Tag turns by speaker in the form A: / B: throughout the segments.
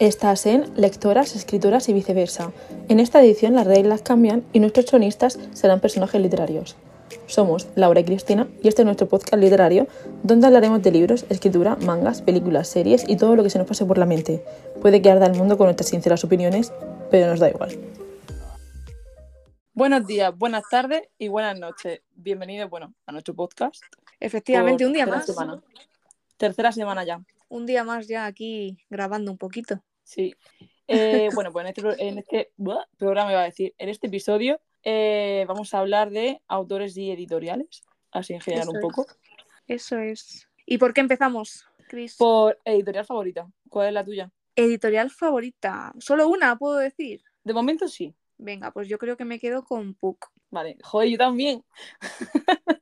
A: Estás en Lectoras, Escritoras y viceversa. En esta edición las reglas cambian y nuestros sonistas serán personajes literarios. Somos Laura y Cristina y este es nuestro podcast literario donde hablaremos de libros, escritura, mangas, películas, series y todo lo que se nos pase por la mente. Puede que arda el mundo con nuestras sinceras opiniones, pero nos da igual.
B: Buenos días, buenas tardes y buenas noches. Bienvenidos, bueno, a nuestro podcast.
C: Efectivamente,
B: por
C: un día
B: tercera
C: más.
B: semana. Tercera semana ya,
C: Un día más ya aquí grabando un poquito.
B: sí. Eh, bueno, pues en este, pro- en este- buah, programa iba a decir, en este episodio eh, vamos a hablar de autores y editoriales, así en general
C: Eso
B: un
C: es.
B: poco.
C: Eso es. ¿Y por qué empezamos, Cris?
B: Por editorial favorita, ¿cuál es la tuya?
C: Editorial favorita. Solo una, puedo decir.
B: De momento sí,
C: Venga, pues yo creo que me quedo con Puck.
B: vale. Joder, yo también.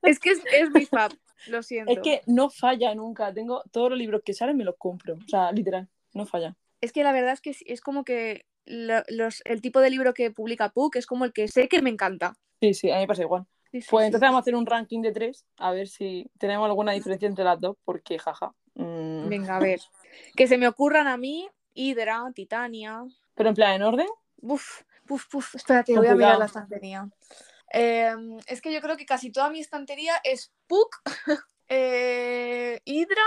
C: Es que es, es mi fab, lo siento.
B: Es que no falla nunca. Tengo todos los libros que salen me los compro. O sea, literal, no falla.
C: Es que la verdad es que es- es como que lo- los, el tipo de libro que publica Puck es como el que sé que me encanta.
B: Sí, sí, a mí me pasa igual.
C: Sí, sí,
B: Pues
C: sí.
B: entonces vamos a hacer un ranking de tres, a ver si tenemos alguna diferencia entre las dos, porque jaja. mm.
C: Venga, a ver. Que se me ocurran a mí, Hydra, Titania,
B: Pero en plan, ¿en orden?
C: Uf, uf, uf, espérate, voy a
B: Complicado.
C: mirar la estantería. Eh, es que yo creo que casi toda mi estantería es Puck, eh, Hydra,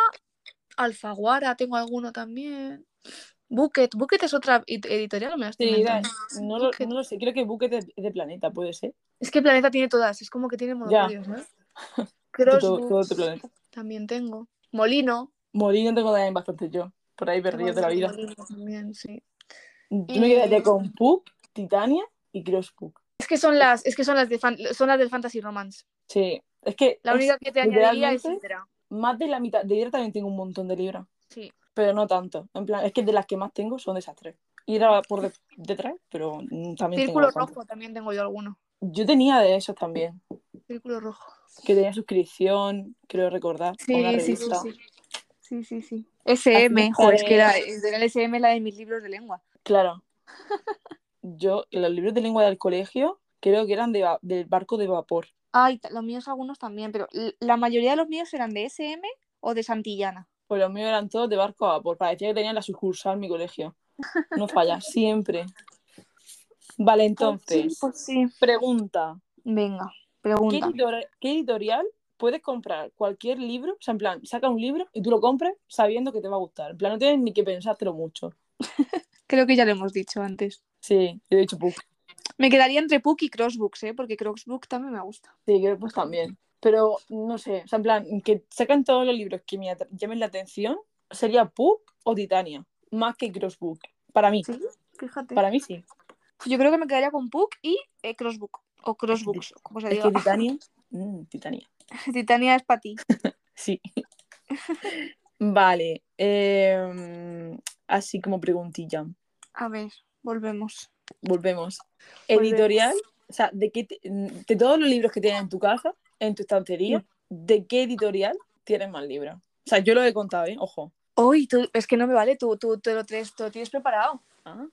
C: Alfaguara, tengo alguno también. Bucket, Bucket es otra ed- editorial, ¿o me la estoy
B: Sí, da-
C: inventando?
B: no, lo,
C: Bucket.
B: no lo sé, creo que Bucket es de, de Planeta, puede ser.
C: Es que Planeta tiene todas, es como que tiene monopolios, ¿no?
B: Todo,
C: Crossbooks
B: todo de Planeta.
C: también tengo. Molino.
B: Molino tengo también bastante yo, por ahí perdido
C: tengo
B: de la
C: algo de
B: vida.
C: Molino también, sí.
B: Yo me quedé con Puck, Titania y Crossbook.
C: Es que son las, es que son las de fan- son las del Fantasy Romance.
B: Sí, es que
C: La
B: es
C: única que te añadiría es
B: literalmente-
C: Hydra.
B: más de la mitad, de Hydra también tengo un montón de libros,
C: Sí.
B: pero no tanto. En plan, es que de las que más tengo son de esas tres. Hydra va por de- detrás, pero mm, también
C: Círculo
B: tengo bastante.
C: rojo también tengo yo alguno.
B: Yo tenía de esos también,
C: Círculo rojo.
B: que tenía suscripción, creo recordar, a una revista.
C: Sí, sí, sí. Pues SM,
B: Así
C: joder, es
B: que-
C: que la, en general SM es la de mis libros de lengua.
B: Claro. Yo, los libros de lengua del colegio, creo que eran de va- del barco de vapor.
C: Ay, los míos algunos también, pero l- la mayoría de los míos eran de SM o de Santillana.
B: Pues los míos eran todos de barco a vapor. Parecía que tenían la sucursal en mi colegio. No falla, siempre. Vale, entonces,
C: Pues sí.
B: pregunta.
C: Venga,
B: ¿qué,
C: pregunta.
B: editor- qué editorial puedes comprar cualquier libro? O sea, en plan, saca un libro y tú lo compras sabiendo que te va a gustar. En plan, no tienes ni que pensártelo mucho.
C: Creo que ya lo hemos dicho antes.
B: Sí, yo he dicho pues, Puck.
C: Me quedaría entre Puck y Crossbooks, ¿eh? Porque Crossbook también me gusta.
B: Sí, creo que pues también. Pero no sé, o sea, en plan, que sacan todos los libros que me atra- llamen la atención, sería Puck o Titania, más que Crossbook. Para mí,
C: Sí, fíjate.
B: para mí sí.
C: Yo creo que me quedaría con Puck y eh, Crossbook. O Crossbooks, como se
B: Es
C: diga.
B: que Titania, mm, Titania,
C: Titania es para ti.
B: sí. Vale, eh, así como preguntilla,
C: A ver, volvemos.
B: volvemos.
C: Volvemos.
B: Editorial, o sea, de, qué te- de todos los libros que tienes en tu casa, en tu estantería, ¿de qué editorial tienes más libros? O sea, yo lo he contado, ¿eh? Ojo.
C: Uy, tú, es que no me vale, tú, tú, tú lo tienes, tú lo tienes preparado.
B: Ah,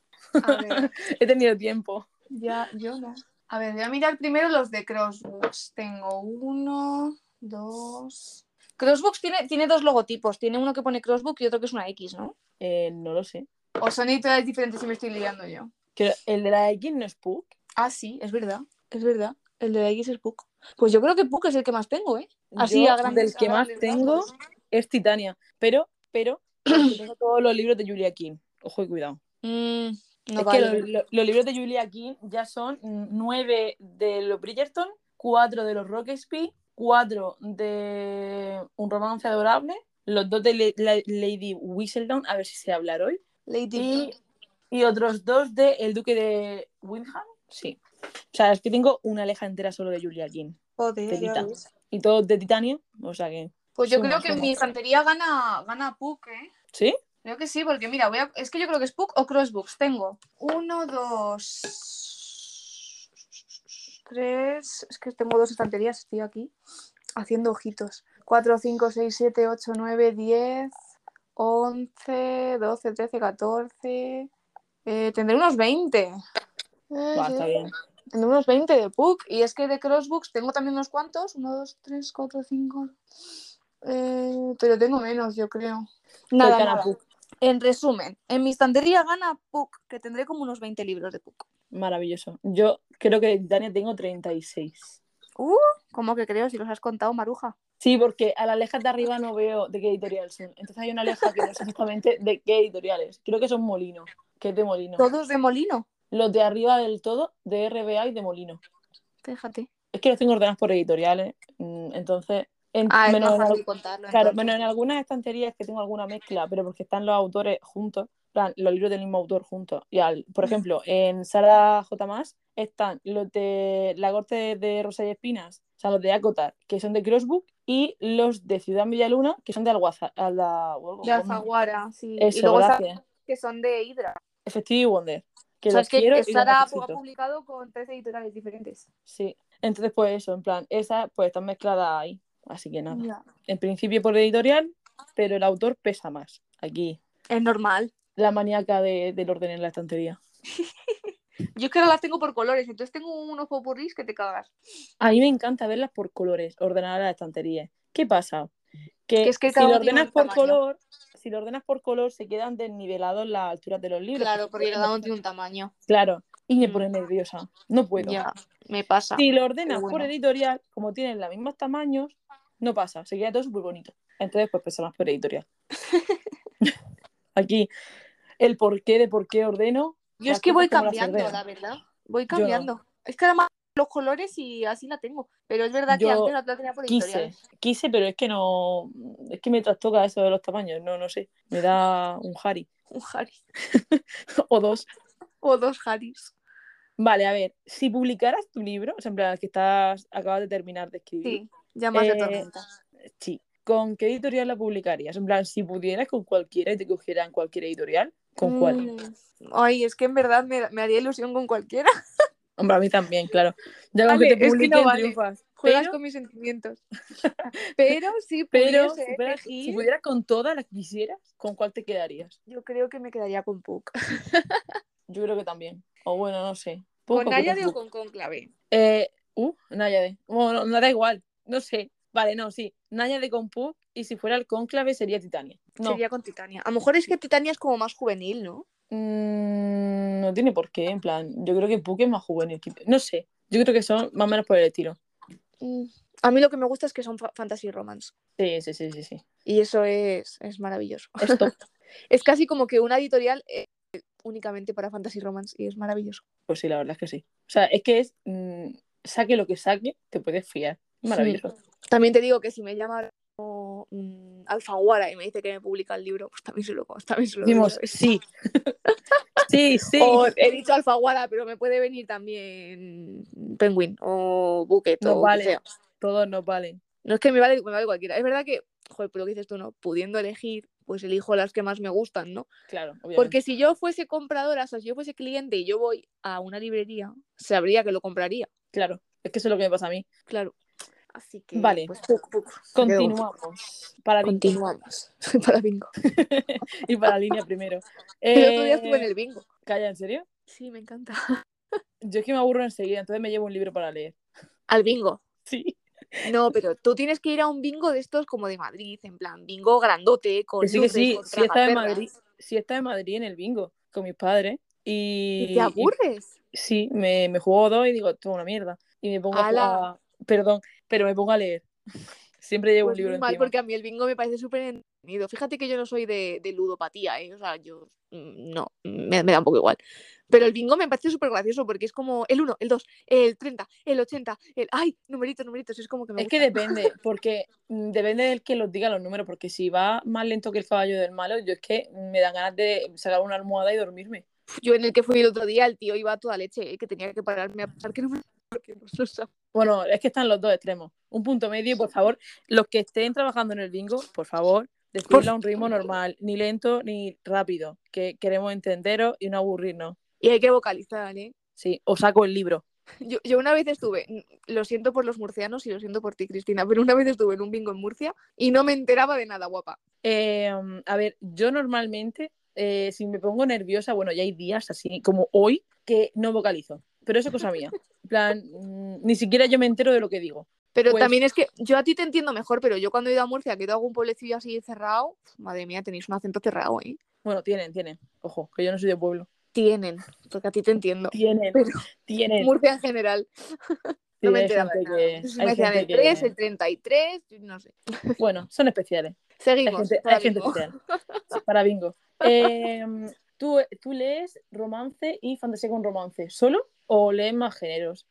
C: A ver,
B: He tenido tiempo.
C: ya, yo no. A ver, voy a mirar primero los de Crossbooks. Tengo uno, dos. Crossbooks tiene, tiene dos logotipos. Tiene uno que pone Crossbook y otro que es una X, ¿no?
B: Eh, no lo sé.
C: O son editoriales diferentes y me estoy liando yo.
B: Que el de la X no es Puck.
C: Ah, sí, es verdad, es verdad. El de la X es Puck. Pues yo creo que Puck es el que más tengo, ¿eh? Así,
B: Yo,
C: a grandes-
B: del que
C: a
B: más
C: grandes
B: tengo
C: rasgos.
B: es Titania. Pero, pero, porque tengo todos los libros de Julia King. Ojo y cuidado.
C: Mm, no
B: es
C: vale.
B: que lo- lo- los libros de Julia King ya son mm, nueve de los Bridgerton, cuatro de los Rockesby, cuatro de Un romance adorable, los dos de Le- la- Lady Whistledown, a ver si sé hablar hoy,
C: Lady.
B: y, y otros dos de El Duque de Windham. Sí. O sea, es que tengo una leja entera solo de Julia King.
C: Joder, ya
B: telita.
C: ves.
B: Y todos de Titania, o sea que...
C: Pues yo
B: Suma,
C: creo que
B: suma.
C: mi estantería gana, gana Puck, ¿eh?
B: ¿Sí?
C: Creo que sí, porque mira, voy a- es que yo creo que es Puck o Crossbooks. Tengo uno, dos, tres. Es que tengo dos estanterías, estoy aquí haciendo ojitos. Cuatro, cinco, seis, siete, ocho, nueve, diez, once, doce, trece, catorce. Eh, tendré unos veinte. Eh,
B: Va, está bien.
C: Tengo unos 20 de Puck. Y es que de Crossbooks tengo también unos cuantos. 1, 2, 3, 4, 5. Eh, Pero tengo menos, yo creo.
B: Voy
C: Nada,
B: cara a
C: nada.
B: Puck.
C: En resumen, en mi estantería gana Puck, que tendré como unos 20 libros de Puck.
B: Maravilloso. Yo creo que de Titania tengo 36.
C: Uh, ¿cómo que creo? Si los has contado, Maruja.
B: Sí, porque a las lejas de arriba no veo de qué editorial son. Entonces hay una leja que no sé exactamente de qué editoriales. Creo que son Molino, que es de Molino.
C: Todos de Molino,
B: Los de arriba del todo, de RBA y de Molino.
C: fíjate.
B: Es que los tengo ordenados por editoriales. mm, Entonces, en-
C: Ah, es
B: menos
C: más
B: en al-
C: fácil contarlo.
B: Claro,
C: entonces.
B: bueno, en algunas estanterías que tengo alguna mezcla, pero porque están los autores juntos, en plan, los libros del mismo autor juntos. Y al, por
C: Mm.
B: ejemplo, en Sara J. Más están los de La Corte de Rosa y Espinas, o sea, los de Acotar, que son de Crossbook, y los de Ciudad Villaluna, que son de Alguaza, Alda-
C: De Alfaguara, sí.
B: Eso,
C: y luego están
B: gracias.
C: que son de Hydra.
B: Effective Wonder. Que
C: o sea,
B: los
C: es que
B: quiero y los
C: Sara ha
B: necesito.
C: publicado con tres editoriales diferentes.
B: Sí. Entonces, pues eso, en plan, esas pues están mezcladas ahí. Así que nada.
C: Ya.
B: En principio por editorial, pero el autor pesa más. Aquí.
C: Es normal.
B: la maníaca de- del orden en la estantería.
C: Yo es que ahora las tengo por colores, entonces tengo unos popurrís que te cagas.
B: A mí me encanta verlas por colores, ordenadas las estanterías. ¿Qué pasa? Que,
C: Que es que
B: Eh, si
C: cada
B: lo
C: uno tiene
B: ordenas
C: un
B: por
C: tamaño.
B: color, si lo ordenas por color, se quedan desnivelados las alturas de los libros.
C: Claro, porque cada uno tiene un tamaño.
B: Claro, y me
C: Mm.
B: pone nerviosa. No puedo.
C: Ya, me pasa.
B: Si lo ordenas
C: pero bueno.
B: por editorial, como tienen los mismos tamaños, no pasa. Se queda todo súper bonito. Entonces, pues pesa más por editorial. Aquí, el porqué de por qué ordeno.
C: Yo
B: las
C: es que voy
B: cosas como las
C: cambiando,
B: ordeno.
C: la verdad. Voy
B: Yo no.
C: cambiando. Es que además los colores y así la tengo. Pero es verdad que
B: Yo
C: antes la tenía por
B: quise,
C: editoriales.
B: quise, pero es que no, es que me trastoca eso de los tamaños, no, no sé, me da un Harry
C: Un Harry.
B: o dos.
C: O dos Harrys.
B: Vale, a ver, si publicaras tu libro, o sea, en plan, el que estás, acabas de terminar de escribir,
C: Sí, llamas de
B: Eh,
C: tormenta.
B: sí. ¿con qué editorial la publicarías? En plan, si pudieras con cualquiera y te cogieran cualquier editorial, ¿con cuál?
C: Mm. Ay, es que en verdad me, me haría ilusión con cualquiera.
B: Hombre, a mí también, claro. Ya con
C: Vale,
B: que
C: es
B: te
C: que
B: publiquen,
C: no vale.
B: triunfas.
C: Juegas
B: Pero-
C: con mis sentimientos. Pero si
B: Pero
C: pudiese
B: si fueras-
C: elegir,
B: si pudieras con todas las que quisieras, ¿con cuál te quedarías?
C: yo creo que me quedaría con Puck.
B: Yo creo que también. O bueno, no sé.
C: ¿Con
B: Poco,
C: Nayade
B: poco.
C: o con Conclave?
B: Eh, uh, Náyade. Bueno, no, no da igual. No sé. Vale, no, sí. Náyade con Puck y si fuera el cónclave sería Titania. No.
C: Sería con Titania. A lo mejor es que Titania es como más juvenil, ¿no?
B: Mm, no tiene por qué, en plan. Yo creo que Puck es más juvenil. que- No sé. Yo creo que son más o menos por el estilo.
C: Mm. A mí lo que me gusta es que son fa- fantasy romance.
B: Sí, sí, sí, sí. sí.
C: Y eso es, es maravilloso.
B: Esto.
C: Es casi como que una editorial eh, únicamente para fantasy romance y es maravilloso.
B: Pues sí, la verdad es que sí. O sea, es que es. mm, saque lo que saque, te puedes fiar. Maravilloso.
C: También te digo que si me llama como, mm, Alfaguara y me dice que me publica el libro, pues también se lo, también se lo doy,
B: Decimos
C: ¿sabes?
B: sí. sí, sí.
C: O he dicho Alfaguara, pero me puede venir también Penguin o Bucket
B: No
C: o lo que
B: vale.
C: sea.
B: Todos nos valen.
C: No es que me vale, me vale cualquiera. Es verdad que, joder, pero lo que dices tú, ¿no? Pudiendo elegir, pues elijo las que más me gustan, ¿no?
B: Claro, obviamente.
C: Porque si yo fuese compradora, o sea, si yo fuese cliente y yo voy a una librería, sabría que lo compraría.
B: Claro. Es que eso es lo que me pasa a mí.
C: Claro. Así que.
B: Vale.
C: pues, puc, puc.
B: Continuamos. Para Vicky.
C: Continuamos. Para bingo.
B: y para línea primero.
C: El otro día estuve en
B: Eh,
C: el bingo.
B: Calla, ¿en serio?
C: Sí, me encanta.
B: Yo es que me aburro enseguida, entonces me llevo un libro para leer.
C: Al bingo.
B: Sí.
C: No, pero tú tienes que ir a un bingo de estos como de Madrid, en plan, bingo grandote, con.
B: Que sí, que
C: luces,
B: sí.
C: con
B: Sí está en
C: tragaperras.
B: Madrid, sí está en Madrid en el bingo con mis padres. Y,
C: Y te aburres.
B: y- sí, me, me juego dos y digo, esto es una mierda. Y me pongo a
C: Ala.
B: jugar- Perdón, pero me pongo a leer. Siempre llevo
C: Pues
B: un libro
C: muy mal,
B: encima.
C: porque a mí el bingo me parece súper entretenido. Fíjate que yo no soy de, de ludopatía, ¿eh? O sea, yo mm, no, me, me da un poco igual. Pero el bingo me parece súper gracioso porque es como el 1, el 2, el 30, el 80, el... ¡Ay! Numeritos, numeritos, es como que me
B: Es que
C: gusta.
B: depende, porque mm, depende del que los diga los números, porque si va más lento que el caballo del malo, yo es que me dan ganas de sacar una almohada y dormirme.
C: Yo en el que fui el otro día, el tío iba a toda leche, ¿eh? que tenía que pararme a pensar que no me... Porque no lo sabía.
B: Bueno, es que están los dos extremos. Un punto medio, por favor. Los que estén trabajando en el bingo, por favor, decidlo a un ritmo normal, ni lento ni rápido, que queremos entenderos y no aburrirnos.
C: Y hay que vocalizar, ¿eh?
B: Sí, os saco el libro.
C: Yo, yo una vez estuve, n- lo siento por los murcianos y lo siento por ti, Cristina, pero una vez estuve en un bingo en Murcia y no me enteraba de nada, guapa.
B: Eh, a ver, yo normalmente, eh, si me pongo nerviosa, bueno, ya hay días así como hoy que no vocalizo, pero eso es cosa mía. En plan, mm, ni siquiera yo me entero de lo que digo.
C: Pero
B: Pues-
C: también es que yo a ti te entiendo mejor, pero yo cuando he ido a Murcia, que he ido a algún pueblecillo así cerrado, madre mía, tenéis un acento cerrado, ¿eh?
B: Bueno, tienen, tienen. Ojo, que yo no soy de pueblo.
C: Tienen, porque a ti te entiendo.
B: Tienen,
C: Pero-
B: tienen.
C: Murcia en general.
B: Sí,
C: No me
B: hay
C: enteraba de
B: gente
C: nada.
B: que-
C: Si
B: hay
C: me decían el
B: gente que-
C: 3, el 33, yo no sé.
B: Bueno, son especiales. Hay
C: Seguimos.
B: gente,
C: para
B: hay gente
C: bingo.
B: especial. Sí, Para bingo. Eh, ¿tú, ¿Tú lees romance y fantasía con romance solo o lees más géneros?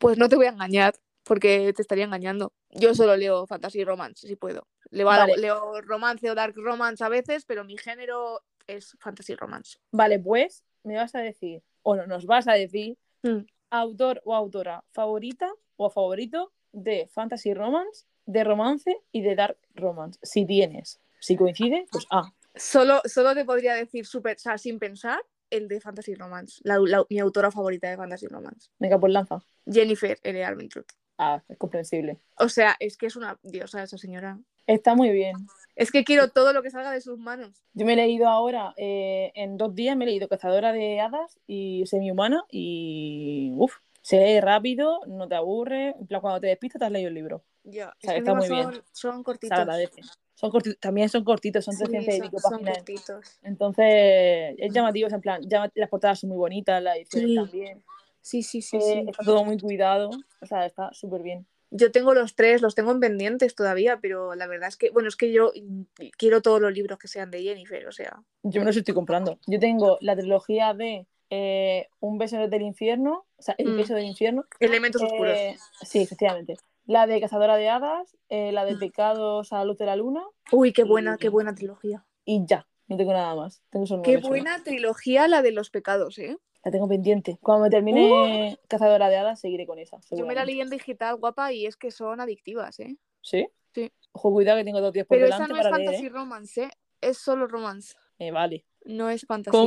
C: Pues no te voy a engañar, porque te estaría engañando. Yo solo leo fantasy y romance, si puedo. Leo, algo-
B: Vale.
C: leo romance o dark romance a veces, pero mi género es fantasy y romance.
B: Vale, pues me vas a decir, o no, nos vas a decir,
C: Mm.
B: autor o autora favorita o favorito de fantasy romance, de romance y de dark romance. Si tienes, si coincide, pues A.
C: Solo, solo te podría decir, súper- o sea, sin pensar, el de fantasy y romance. La, la- mi autora favorita de fantasy y romance.
B: Venga, pues lanza.
C: Jennifer L. Armentrout.
B: Ah, es comprensible.
C: O sea, es que es una diosa esa señora.
B: Está muy bien.
C: Es que quiero todo lo que salga de sus manos.
B: Yo me he leído ahora, eh, en dos días me he leído Cazadora de Hadas y Semihumana y uff, se lee rápido, no te aburre, en plan, cuando te despistas te has leído el libro,
C: Ya,
B: sea, que está
C: encima
B: muy bien.
C: son, son
B: se
C: cortitos.
B: agradece. Son corti- también son cortitos, son
C: Sí,
B: 300 y
C: son-
B: pico
C: son
B: páginas.
C: cortitos.
B: Entonces, es llamativo, es en plan, llama- las portadas son muy bonitas, las ediciones
C: Sí,
B: también,
C: Sí, sí, sí,
B: eh,
C: sí.
B: está todo muy cuidado, o sea, está súper bien.
C: Yo tengo los tres, los tengo en pendientes todavía, pero la verdad es que, bueno, es que yo mm, quiero todos los libros que sean de Jennifer, o sea.
B: Yo me los estoy comprando. Yo tengo la trilogía de eh, Un beso del infierno, o sea, El
C: Mm.
B: beso del infierno,
C: Elementos oscuros.
B: Eh, sí, efectivamente. La de Cazadora de Hadas, eh, la de
C: Mm.
B: Pecados a la Luz de la Luna
C: Uy, qué buena, qué buena trilogía.
B: y ya. No tengo nada más. Tengo esos
C: Qué
B: nueve solo.
C: buena trilogía la de los pecados, ¿eh?
B: La tengo pendiente. Cuando me termine Cazadora de Hadas, seguiré con esa.
C: Yo me la
B: seguramente.
C: leí en digital, guapa, y es que son adictivas, ¿eh?
B: ¿Sí?
C: Sí.
B: Ojo, cuidado que tengo dos días por
C: Pero esa
B: delante
C: no es
B: para leer.
C: fantasy
B: ¿eh?
C: romance, ¿eh? Es solo romance,
B: Eh, vale.
C: no es fantasía.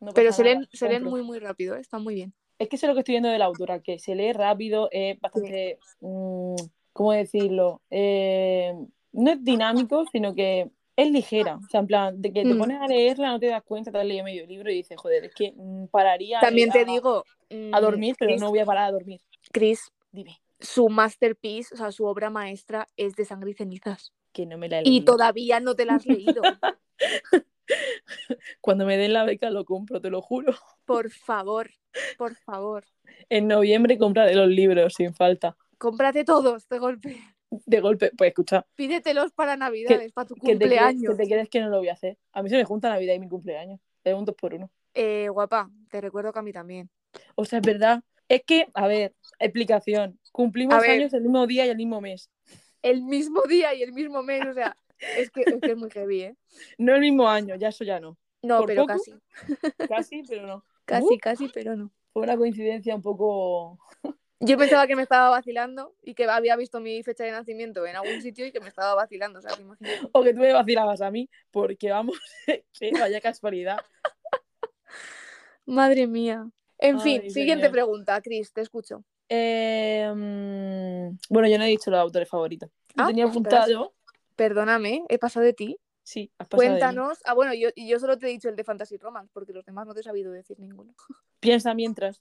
B: No
C: Pero
B: pasa
C: se leen,
B: nada,
C: se leen
B: compro.
C: muy, muy rápido, ¿eh? están muy bien.
B: Es que eso es lo que estoy viendo de la autora, que se lee rápido, es bastante. mm, ¿Cómo decirlo? Eh, no es dinámico, sino que es ligera. O sea, en plan, de que te
C: Mm.
B: pones a leerla, no te das cuenta, te has leído medio libro y dices, joder, es que mm, pararía.
C: También
B: a-
C: te digo. mm,
B: A dormir, pero
C: Chris-
B: no voy a parar a dormir.
C: Chris,
B: Dime,
C: su masterpiece, o sea, su obra maestra es de sangre y cenizas.
B: que no me la he
C: Y
B: leído.
C: todavía no te la has leído.
B: Cuando me den la beca lo compro, te lo juro.
C: Por favor, por favor.
B: En noviembre compraré los libros sin falta.
C: Cómprate todos de golpe.
B: De golpe, pues escucha,
C: Pídetelos para Navidades, para tu
B: que te, crees,
C: cumpleaños.
B: que te crees que no lo voy a hacer. A mí se me junta Navidad y mi cumpleaños. Es un dos por uno.
C: Eh, guapa, te recuerdo que a mí también.
B: O sea, es verdad. Es que, a ver, explicación. Cumplimos
C: A ver.
B: años el mismo día y el mismo mes.
C: El mismo día y el mismo mes, o sea, es que es, que es muy heavy, ¿eh?
B: No el mismo año, ya eso ya no.
C: No,
B: Por
C: pero
B: poco.
C: casi.
B: Casi, pero no.
C: Casi,
B: Uh.
C: casi, pero no.
B: Fue una coincidencia un poco.
C: Yo pensaba que me estaba vacilando y que había visto mi fecha de nacimiento en algún sitio y que me estaba vacilando, o sea, te imaginas.
B: O que tú me vacilabas a mí, porque vamos, que vaya casualidad.
C: Madre mía. En
B: Ay,
C: fin, siguiente
B: señor.
C: pregunta, Cris, te escucho.
B: Eh, mm, bueno, yo no he dicho los autores favoritos. Yo
C: Ah,
B: tenía
C: ostras.
B: apuntado.
C: Perdóname, he pasado de ti.
B: Sí, has pasado de mí.
C: Cuéntanos. Ah, bueno, yo, y yo solo te he dicho el de Fantasy Romance, porque los demás no te he sabido decir ninguno.
B: Piensa mientras.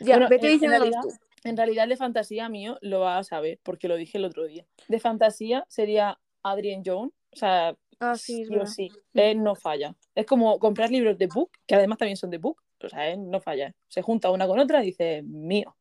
C: Ya,
B: Bueno,
C: vete
B: en- en
C: diciéndolos
B: realidad-
C: tú.
B: En realidad, el de fantasía mío lo vas a saber, porque lo dije el otro día. De fantasía sería Adrien Jones. O sea,
C: Ah, sí, es
B: sí o
C: verdad.
B: sí. Él no falla. Es como comprar libros de book, que además también son de book. O sea, él no falla. Se junta una con otra y dice, mío.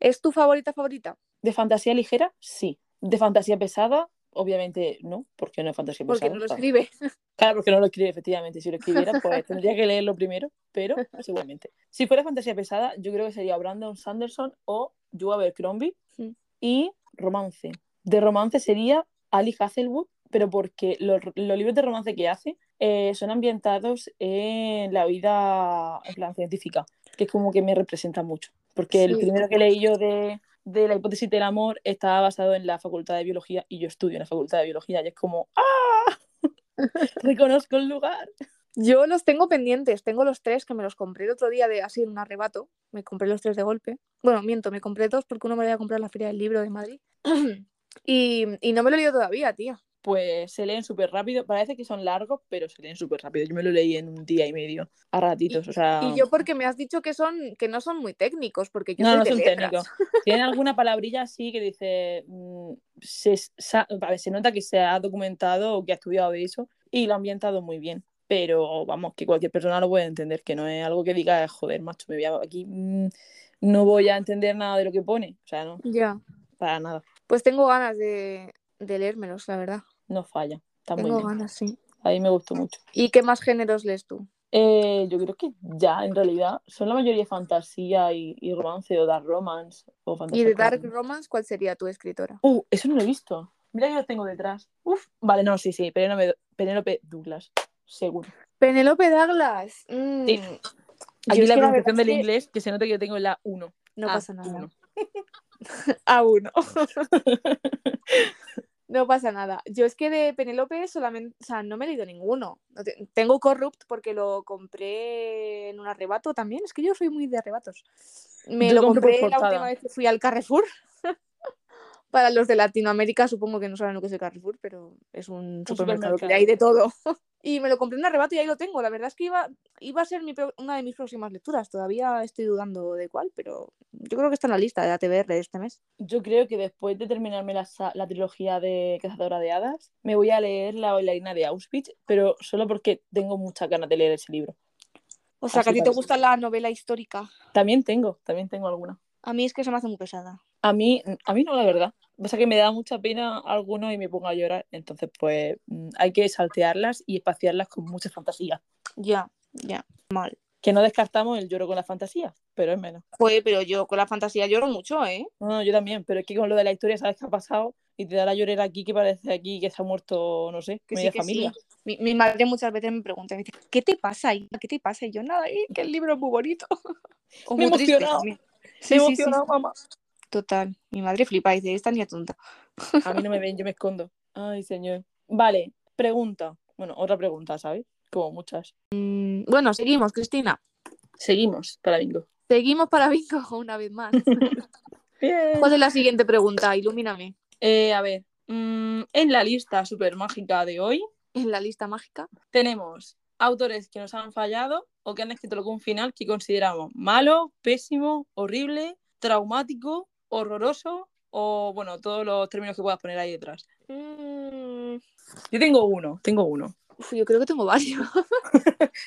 C: ¿Es tu favorita favorita?
B: De fantasía ligera, sí. De fantasía pesada, obviamente no, porque no es fantasía
C: Porque
B: pesada.
C: no lo
B: o sea,
C: escribes.
B: Claro, porque no lo escribe, efectivamente. Si lo escribiera, pues tendría que leerlo primero, pero seguramente. Si fuera fantasía pesada, yo creo que sería Brandon Sanderson o Joe Abercrombie.
C: Sí.
B: Y romance. De romance sería Ali Hasselwood, pero porque los, los libros de romance que hace eh, son ambientados en la vida en plan científica, que es como que me representa mucho. Porque el
C: Sí.
B: primero que leí yo de, de la hipótesis del amor estaba basado en la Facultad de Biología y yo estudio en la Facultad de Biología y es como ¡Ah! Reconozco el lugar.
C: Yo los tengo pendientes. Tengo los tres que me los compré el otro día de así en un arrebato. Me compré los tres de golpe. Bueno, miento, me compré dos porque uno me lo voy a comprar en la Feria del Libro de Madrid. Y, y no me lo he leído todavía, tía.
B: Pues se leen súper rápido. Parece que son largos, pero se leen súper rápido. Yo me lo leí en un día y medio, a ratitos. o sea,
C: Y yo porque me has dicho que son que no son muy técnicos, porque yo
B: Ah. no,
C: soy
B: no
C: de
B: son
C: letras.
B: técnicos. Tienen alguna palabrilla así que dice. mm, se, sa- a ver, se nota que se ha documentado o que ha estudiado de eso y lo ha ambientado muy bien. pero vamos, que cualquier persona lo puede entender, que no es algo que diga, joder, macho, me voy a- aquí mm, no voy a entender nada de lo que pone, o sea, no,
C: Ya.
B: para nada,
C: Pues tengo ganas de, de leérmelos, la verdad.
B: no falla, está Ah, muy
C: Tengo
B: bien,
C: ganas, sí.
B: a mí me gustó mucho.
C: ¿Y qué más géneros lees tú?
B: Eh, yo creo que ya, en realidad, son la mayoría fantasía y, y romance o dark romance o fantasía.
C: ¿Y de
B: con-
C: Dark Romance cuál sería tu escritora?
B: Uh, eso no lo he visto. Mira que lo tengo detrás. Uf, vale, no, sí, sí, Penélope, Penélope Douglas, seguro.
C: Penélope Douglas. Mm,
B: Sí.
C: yo
B: Aquí
C: es
B: la
C: que verdad
B: pronunciación del
C: es que
B: inglés, que se nota que yo tengo la Ah, 1.
C: No pasa nada.
B: A1.
C: A uno. no pasa nada. Yo es que de Penélope solamente, o sea, no me he leído ninguno. No te- Tengo Corrupt porque lo compré en un arrebato también. Es que yo soy muy de arrebatos. Me
B: Yo
C: lo
B: compro por
C: compré la
B: portada.
C: última vez que fui al Carrefour. Para los de Latinoamérica supongo que no saben lo que es el Carrefour, pero es un supermercado que
B: supermercado.
C: hay de todo. y me lo compré en un arrebato y ahí lo tengo. La verdad es que iba, iba a ser mi pro- una de mis próximas lecturas. Todavía estoy dudando de cuál, pero yo creo que está en la lista de la TBR de este mes.
B: Yo creo que después de terminarme la, sa- la trilogía de Cazadora de Hadas, me voy a leer La bailarina de Auschwitz, pero solo porque tengo muchas ganas de leer ese libro.
C: O sea, que a
B: Así
C: ti te
B: parece.
C: gusta la novela histórica.
B: También tengo, también tengo alguna.
C: A mí es que se me hace muy pesada.
B: A mí, a mí no, la verdad. Pasa que me da mucha pena alguno y me pongo a llorar. Entonces, pues mm, hay que saltearlas y espaciarlas con mucha fantasía.
C: Ya, ya. Mal.
B: Que no descartamos el lloro con la fantasía, pero es menos.
C: Pues, pero yo con la fantasía lloro mucho, ¿eh?
B: No, no, yo también, pero es que con lo de la historia sabes qué ha pasado y te da la llorera aquí que parece aquí que se ha muerto, no sé,
C: Que sí,
B: media
C: que
B: familia.
C: sí. Mi, mi madre muchas veces me pregunta, me dice, ¿qué te pasa, hija? ¿Qué te pasa? Y yo, nada, eh, que el libro es muy bonito. O
B: Me he
C: muy triste
B: emocionado.
C: también. Sí,
B: Se ha
C: sí, sí.
B: emocionado, mamá.
C: Total. Mi madre flipa y dice, esta niña tonta.
B: A mí no me ven, yo me escondo. Ay, señor. Vale, pregunta. Bueno, otra pregunta, ¿sabes? Como muchas.
C: Mm, Bueno, seguimos, Cristina.
B: Seguimos para bingo.
C: Seguimos para bingo una vez más.
B: Bien.
C: ¿Cuál es la siguiente pregunta? Ilumíname.
B: Eh, a ver, mm, en la lista super mágica de hoy
C: En la lista mágica.
B: tenemos autores que nos han fallado o que han escrito algún final que consideramos malo, pésimo, horrible, traumático, horroroso o, bueno, todos los términos que puedas poner ahí detrás.
C: Mm,
B: Yo tengo uno, tengo uno.
C: uf, yo creo que tengo varios.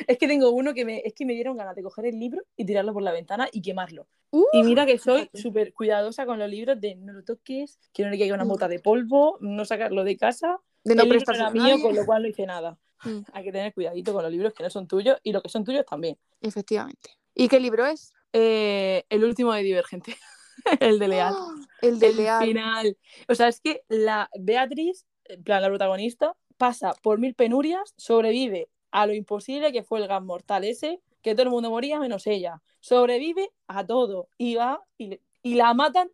B: Es que tengo uno que me, es que me dieron ganas de coger el libro y tirarlo por la ventana y quemarlo. Y mira que soy
C: fíjate.
B: súper cuidadosa con los libros de no lo toques, que no le caiga una
C: Mm.
B: mota de polvo, no sacarlo de casa.
C: De no
B: el libro
C: prestarse
B: era
C: a
B: mío,
C: nadie.
B: con lo cual no hice nada.
C: Mm.
B: Hay que tener cuidadito con los libros que no son tuyos y los que son tuyos también.
C: Efectivamente. ¿Y qué libro es?
B: Eh, el último de Divergente, el de Leal.
C: ¡Ah! El de
B: el
C: Leal.
B: final. O sea, es que la Beatriz, en plan la protagonista, pasa por mil penurias, sobrevive a lo imposible que fue el gas mortal ese, que todo el mundo moría menos ella. Sobrevive a todo y va y, le- y la matan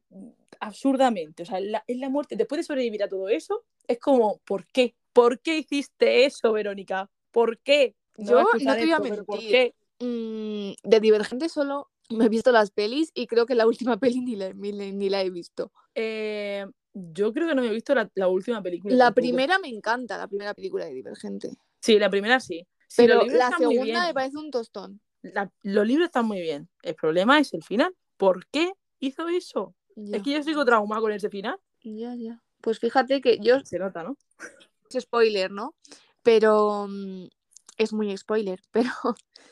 B: absurdamente. O sea, la- es la muerte. Después de sobrevivir a todo eso, es como, ¿por qué? ¿Por qué hiciste eso, Verónica? ¿Por qué?
C: Yo
B: vas
C: no
B: escuchar
C: te voy a
B: pero ¿por
C: mentir.
B: qué?
C: Mm, de Divergente solo me he visto las pelis y creo que la última peli ni la, ni la- ni la he visto.
B: Eh, yo creo que no me he visto la, la última película.
C: La
B: tampoco.
C: primera me encanta, la primera película de Divergente.
B: Sí, la primera sí. Sí,
C: Pero
B: los libros
C: la
B: están muy bien.
C: segunda me parece un tostón.
B: la- los libros están muy bien. El problema es el final. ¿Por qué hizo eso?
C: Ya,
B: Es que yo sigo traumado con ese final.
C: ya, ya. Pues fíjate que yo
B: Se nota, ¿no?
C: es spoiler, ¿no? Pero mm, es muy spoiler, pero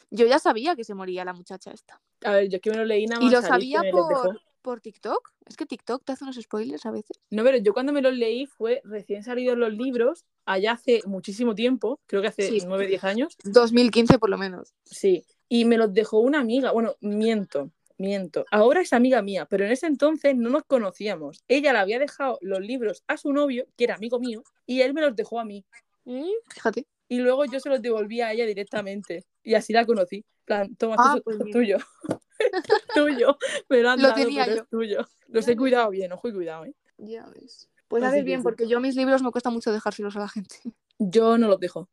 C: yo ya sabía que se moría la muchacha esta.
B: A ver, yo es que me lo leí nada más.
C: Y lo
B: salir, que
C: sabía
B: me los Ah, dejó.
C: por, por TikTok. Es que TikTok te hace unos spoilers a veces.
B: No, pero yo cuando me los leí fue recién salidos los libros, allá hace muchísimo tiempo, creo que hace
C: Sí.
B: 9, 10 años.
C: 2015 por lo menos.
B: Sí. Y me los dejó una amiga. Bueno, miento, miento. Ahora es amiga mía, pero en ese entonces no nos conocíamos. Ella le había dejado los libros a su novio, que era amigo mío, y él me los dejó a mí.
C: Mm, Fíjate.
B: y luego yo se los devolví a ella directamente y así la conocí. En plan, toma, esto
C: Ah,
B: es-
C: pues
B: esto es
C: mira.
B: tuyo. Esto es tuyo. Me lo han
C: Lo
B: dado,
C: tenía
B: pero
C: yo.
B: es tuyo. Los he
C: Claro.
B: cuidado bien, ojo y cuidado, ¿eh?
C: Ya ves. Pues
B: Así
C: haces
B: que
C: bien,
B: sí.
C: porque yo mis libros me cuesta mucho dejárselos a la gente.
B: Yo no los dejo.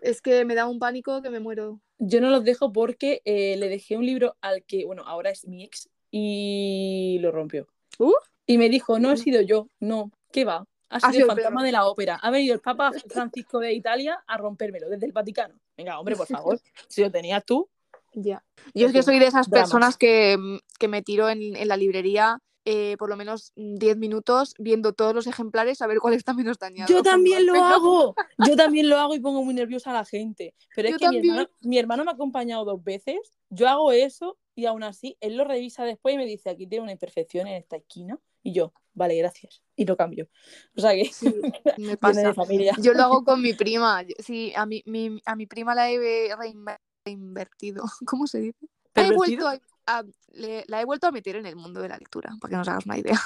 C: Es que me da un pánico que me muero.
B: Yo no los dejo porque eh, le dejé un libro al que, bueno, ahora es mi ex y lo rompió.
C: ¿Uh?
B: Y me dijo, no he sido yo, no, ¿qué va? Ha sido,
C: sido
B: el
C: el
B: fantasma
C: perro.
B: de la ópera. Ha venido el Papa Francisco de Italia a rompérmelo desde el Vaticano. Venga, hombre, por favor. Si lo tenías tú,
C: Ya. Yo es
B: Entiendo.
C: que mm, soy de esas
B: Dramas.
C: personas que, que me tiro en, en la librería eh, por lo menos mm, 10 minutos viendo todos los ejemplares a ver cuál está menos dañado.
B: Yo también lo
C: Pero-
B: hago, yo también lo hago y pongo muy nerviosa a la gente. Pero es
C: Yo
B: que mi
C: también.
B: hermano, mi hermano me ha acompañado dos veces, yo hago eso y aún así él lo revisa después y me dice, aquí tiene una imperfección en esta esquina. Y yo, vale, gracias. Y lo cambio. O sea que
C: Sí, me
B: viene
C: pasa.
B: de familia.
C: Yo lo hago con mi prima. Yo- Sí, a mi, mi- a mi prima la he reinver- reinvertido. ¿Cómo se dice? La he,
B: Pervertido.
C: vuelto a, a- le- la he vuelto a meter en el mundo de la lectura, para que nos hagas una idea.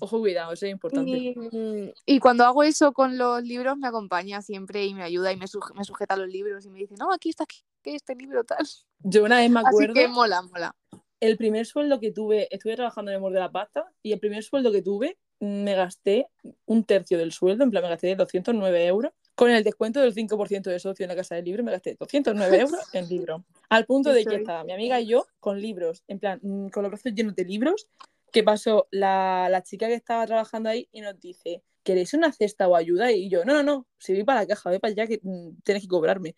B: Ojo, cuidado, eso es importante.
C: Y, mm, y cuando hago eso con los libros, me acompaña siempre y me ayuda y me, suje- me sujeta los libros y me dice, no, aquí está aquí, este libro tal.
B: Yo una vez me acuerdo,
C: Así que mola, mola.
B: el primer sueldo que tuve, estuve trabajando en el Mor de la Pasta y el primer sueldo que tuve mm, me gasté un tercio del sueldo, en plan me gasté 209 euros. Con el descuento del 5% de socio en la casa del libro, me gasté 209 euros en libros. Al punto de que
C: Estoy.
B: estaba mi amiga y yo con libros, en plan, mm, con los brazos llenos de libros, que pasó la, la chica que estaba trabajando ahí y nos dice, ¿queréis una cesta o ayuda? Y yo, no, no, no, si voy para la caja, voy para allá que mm, tienes que cobrarme.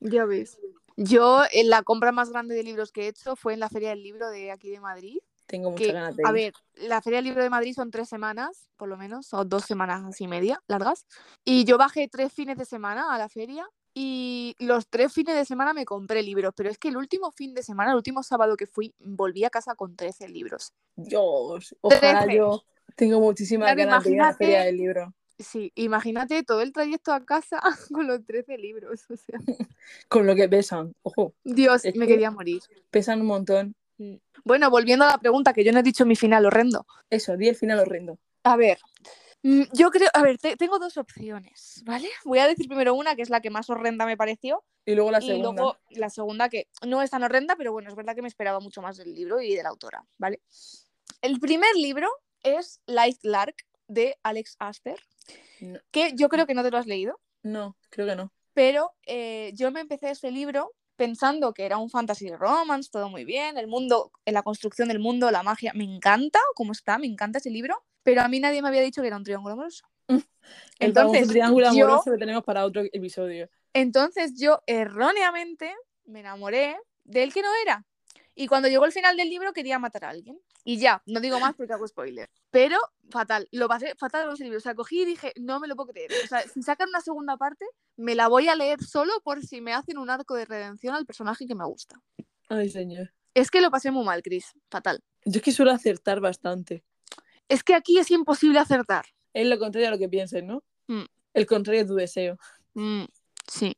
C: Ya ves. Yo, en la compra más grande de libros que he hecho fue en la Feria del Libro de aquí de Madrid.
B: Tengo muchas
C: que,
B: ganas de ir.
C: a ver, la Feria del Libro de Madrid son tres semanas, por lo menos, o dos semanas así media, largas. Y yo bajé tres fines de semana a la feria y los tres fines de semana me compré libros, pero es que el último fin de semana, el último sábado que fui, volví a casa con 13 libros.
B: Dios, ojalá
C: Trece.
B: yo tengo muchísimas
C: Claro,
B: ganas de ir a la
C: imagínate.
B: feria del libro.
C: Sí, imagínate todo el trayecto a casa con los 13 libros. O sea,
B: Con lo que pesan, ojo,
C: Dios,
B: Es
C: me
B: que-
C: quería morir.
B: pesan un montón.
C: Bueno, volviendo a la pregunta, que yo no he dicho mi final horrendo.
B: Eso, di el final horrendo.
C: A ver, mm, yo creo, a ver, te- tengo dos opciones, ¿vale? Voy a decir primero una, que es la que más horrenda me pareció,
B: Y luego la
C: Y
B: segunda.
C: luego la segunda, que no es tan horrenda, pero bueno, es verdad que me esperaba mucho más del libro y de la autora, ¿vale? El primer libro es Light Lark de Alex Asper,
B: No.
C: que yo creo que no te lo has leído,
B: No, creo que no.
C: pero eh, yo me empecé ese libro pensando que era un fantasy romance, todo muy bien, el mundo, en la construcción del mundo, la magia, me encanta cómo está, me encanta ese libro, pero a mí nadie me había dicho que era un triángulo amoroso.
B: El
C: Entonces,
B: famoso triángulo
C: yo-
B: amoroso lo tenemos para otro episodio.
C: Entonces yo erróneamente me enamoré del que no era. Y cuando llegó el final del libro quería matar a alguien. Y ya, no digo más porque hago spoiler. Pero fatal, lo pasé fatal con ese libro. O sea, cogí y dije, no me lo puedo creer. O sea, si sacan una segunda parte, me la voy a leer solo por si me hacen un arco de redención al personaje que me gusta.
B: Ay, señor.
C: Es que lo pasé muy mal, Chris. Fatal.
B: Yo es que suelo acertar bastante.
C: Es que aquí es imposible acertar.
B: Es lo contrario a lo que pienses, ¿no?
C: Mm.
B: El contrario de tu deseo.
C: Mm, sí.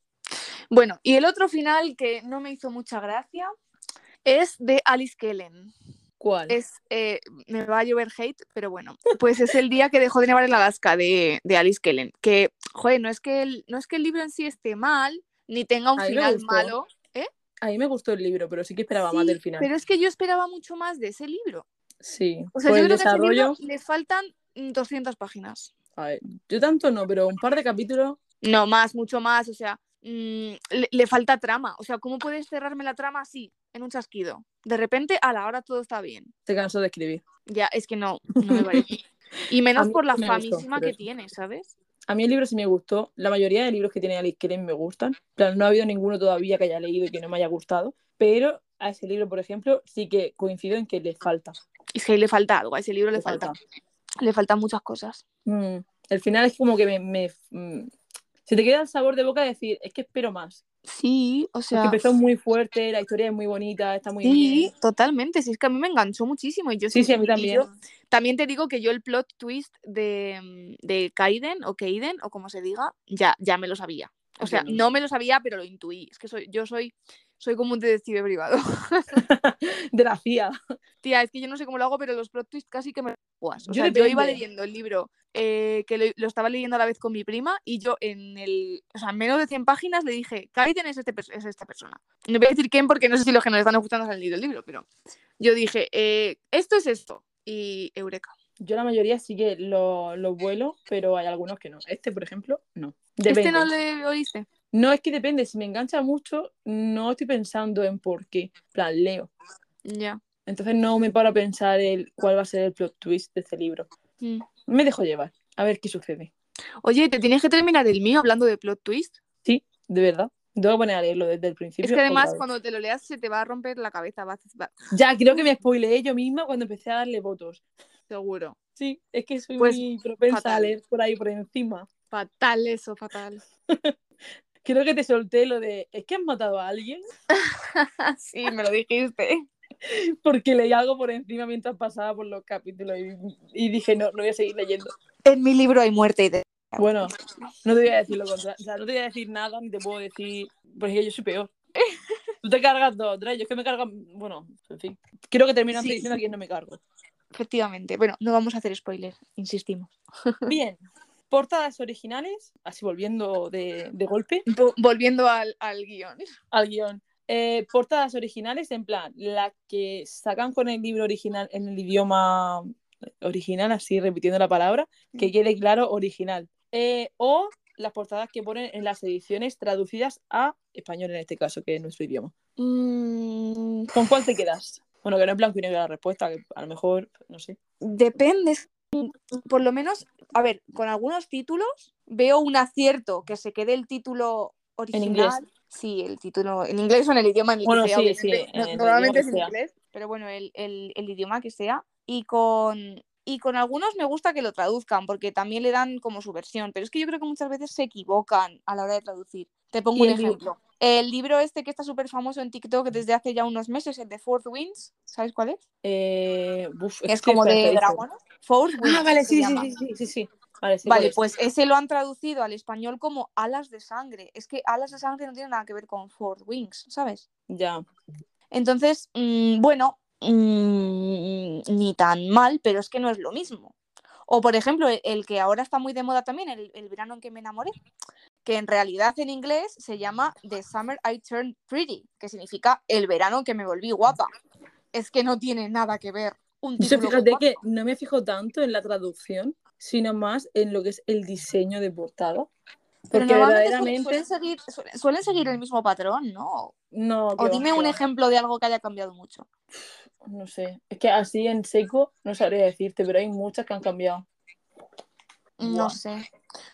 C: Bueno, y el otro final que no me hizo mucha gracia es de Alice Kellen.
B: ¿Cuál?
C: Es, eh, me va a llover hate, pero bueno, pues es el día que dejó de nevar en Alaska de, de Alice Kellen. Que, joder, no es que, el, no es que el libro en sí esté mal, ni tenga un
B: A mí me
C: final
B: gustó.
C: malo.
B: A mí me gustó el libro, pero sí que esperaba
C: Sí,
B: más del final.
C: Pero es que yo esperaba mucho más de ese libro.
B: Sí.
C: O sea,
B: Por
C: yo
B: el
C: creo que a
B: Pues desarrollo.
C: ese libro le faltan mm, 200 páginas.
B: A ver, yo tanto no, pero un par de capítulos.
C: No, más, mucho más. O sea, mm, le, le falta trama. O sea, ¿cómo puedes cerrarme la trama así, en un chasquido? De repente, a la hora todo está bien.
B: Se cansó de escribir.
C: Ya, es que no, no me parece. Y
B: A
C: menos
B: mí
C: por la
B: me gustó,
C: famísima
B: pero
C: que
B: eso.
C: tiene, ¿sabes?
B: A mí el libro sí me gustó. La mayoría de libros que tiene Alice Kellen me gustan. En plan, no ha habido ninguno todavía que haya leído y que no me haya gustado. Pero a ese libro, por ejemplo, sí que coincido en que le falta.
C: Es que ahí le falta algo, a ese libro le,
B: Le
C: falta.
B: falta.
C: Le faltan muchas cosas.
B: Mm. El final es como que me, me- mm, Se te queda el sabor de boca de decir, es que espero más.
C: Sí, o
B: Porque
C: sea.
B: empezó muy fuerte, la historia es muy bonita, está muy
C: Sí,
B: bien.
C: totalmente. Sí, es que a mí me enganchó muchísimo. Y yo
B: Sí, sí, a mí
C: y
B: también.
C: yo- también te digo que yo el plot twist de, mm, de Kaiden o Kaiden, o como se diga, ya, ya me lo sabía. O
B: Yo
C: sea,
B: no.
C: no me lo sabía, pero lo intuí. Es que soy, yo soy, soy como un detective privado.
B: De la CIA.
C: Tía, es que yo no sé cómo lo hago, pero los plot twists casi que me jugas. O
B: Yo
C: sea, yo iba
B: depende.
C: leyendo el libro eh, que lo, lo estaba leyendo a la vez con mi prima y yo en el, o sea, en menos de 100 páginas le dije, Kaiden es, este, pers- es esta persona. No voy a decir quién porque no sé si los que nos están escuchando se han leído el libro, pero yo dije, eh, esto es esto. Y Eureka.
B: Yo la mayoría sí que lo- los vuelo, pero hay algunos que no. Este, por ejemplo, no.
C: ¿Este
B: Depende.
C: no le oíste?
B: No, es que depende. Si me engancha mucho, no estoy pensando en por qué. En plan, leo.
C: Ya.
B: Entonces no me paro a pensar el, cuál va a ser el plot twist de este libro.
C: Mm.
B: Me dejo llevar. A ver qué sucede.
C: Oye, te tienes que terminar el mío hablando de plot twist.
B: Sí, de verdad. Debo poner a leerlo desde el principio.
C: Es que además
B: otra vez.
C: cuando te lo leas se te va a romper la cabeza. vas- va-
B: Ya, creo que me spoileé yo misma cuando empecé a darle votos.
D: seguro.
B: Sí, es que soy
C: Pues,
B: muy propensa a
C: fatal.
B: leer por ahí por encima.
C: Fatal eso, fatal.
B: Creo que te solté lo de, es que has matado a alguien
C: sí, me lo dijiste.
B: porque leí algo por encima mientras pasaba por los capítulos y, y dije, no, no voy a seguir leyendo.
C: En mi libro hay muerte y de...
B: Bueno, no te voy a decir lo contrario. O sea, no te voy a decir nada, ni te puedo decir, porque yo soy peor. Tú te cargas dos, tres, yo es que me cargo, bueno, en fin. Quiero que termine antes
C: Sí.
B: diciendo a quién no me cargo.
C: Efectivamente. Bueno, no vamos a hacer spoiler, insistimos.
B: Bien, portadas originales, así volviendo de, de golpe,
C: Vo- volviendo al, al guión.
B: al guión. Eh, portadas originales, en plan, las que sacan con el libro original en el idioma original, así repitiendo la palabra, que quede claro original. Eh, o las portadas que ponen en las ediciones traducidas a español en este caso, que es nuestro idioma.
C: Mm,
B: ¿Con cuál te quedas? Bueno, que no es blanco y negro la respuesta, que a lo mejor, no sé.
C: depende. Por lo menos, a ver, con algunos títulos veo un acierto que se quede el título original.
B: inglés.
C: Sí, el título en inglés o en el idioma en el
B: Bueno,
C: que sea.
B: sí,
C: obviamente.
B: sí,
C: No-
B: en el
C: normalmente es en
B: idioma que
C: inglés, pero bueno, el, el- el idioma que sea. Y con, y con algunos me gusta que lo traduzcan porque también le dan como su versión. Pero es que yo creo que muchas veces se equivocan a la hora de traducir. Te
B: ¿Y
C: pongo un
B: el libro?
C: ejemplo. El libro este que está súper famoso en TikTok desde hace ya unos meses, el de Fourth Winds, ¿sabes cuál es?
B: Eh, uf,
C: que es
B: estoy
C: como de
B: perdidísima.
C: dragón. Four Winds
B: Ah, vale,
C: se
B: sí, sí,
C: llama.
B: sí, sí, sí, sí. Vale, sí,
C: Vale,
B: cuál es.
C: pues ese lo han traducido al español como alas de sangre. Es que alas de sangre no tiene nada que ver con Four Wings, ¿sabes?
B: Ya.
C: Entonces, mm, bueno, mm, ni tan mal, pero es que no es lo mismo. O, por ejemplo, el, el que ahora está muy de moda también, el, el verano en que me enamoré, que en realidad en inglés se llama The Summer I Turned Pretty, que significa el verano en que me volví guapa. Es que no tiene nada que ver un
B: Yo
C: título con
B: fíjate
C: otro.
B: que no me fijo tanto en la traducción, sino más en lo que es el diseño de portada.
C: Pero
B: Porque
C: normalmente su-
B: verdaderamente.
C: suelen, seguir, suelen, suelen seguir el mismo patrón, ¿no?
B: No, qué
C: O
B: va,
C: dime
B: qué
C: un
B: va.
C: ejemplo de algo que haya cambiado mucho.
B: No sé. Es que así en seco no sabría decirte, pero hay muchas que han cambiado. Buah.
C: No sé.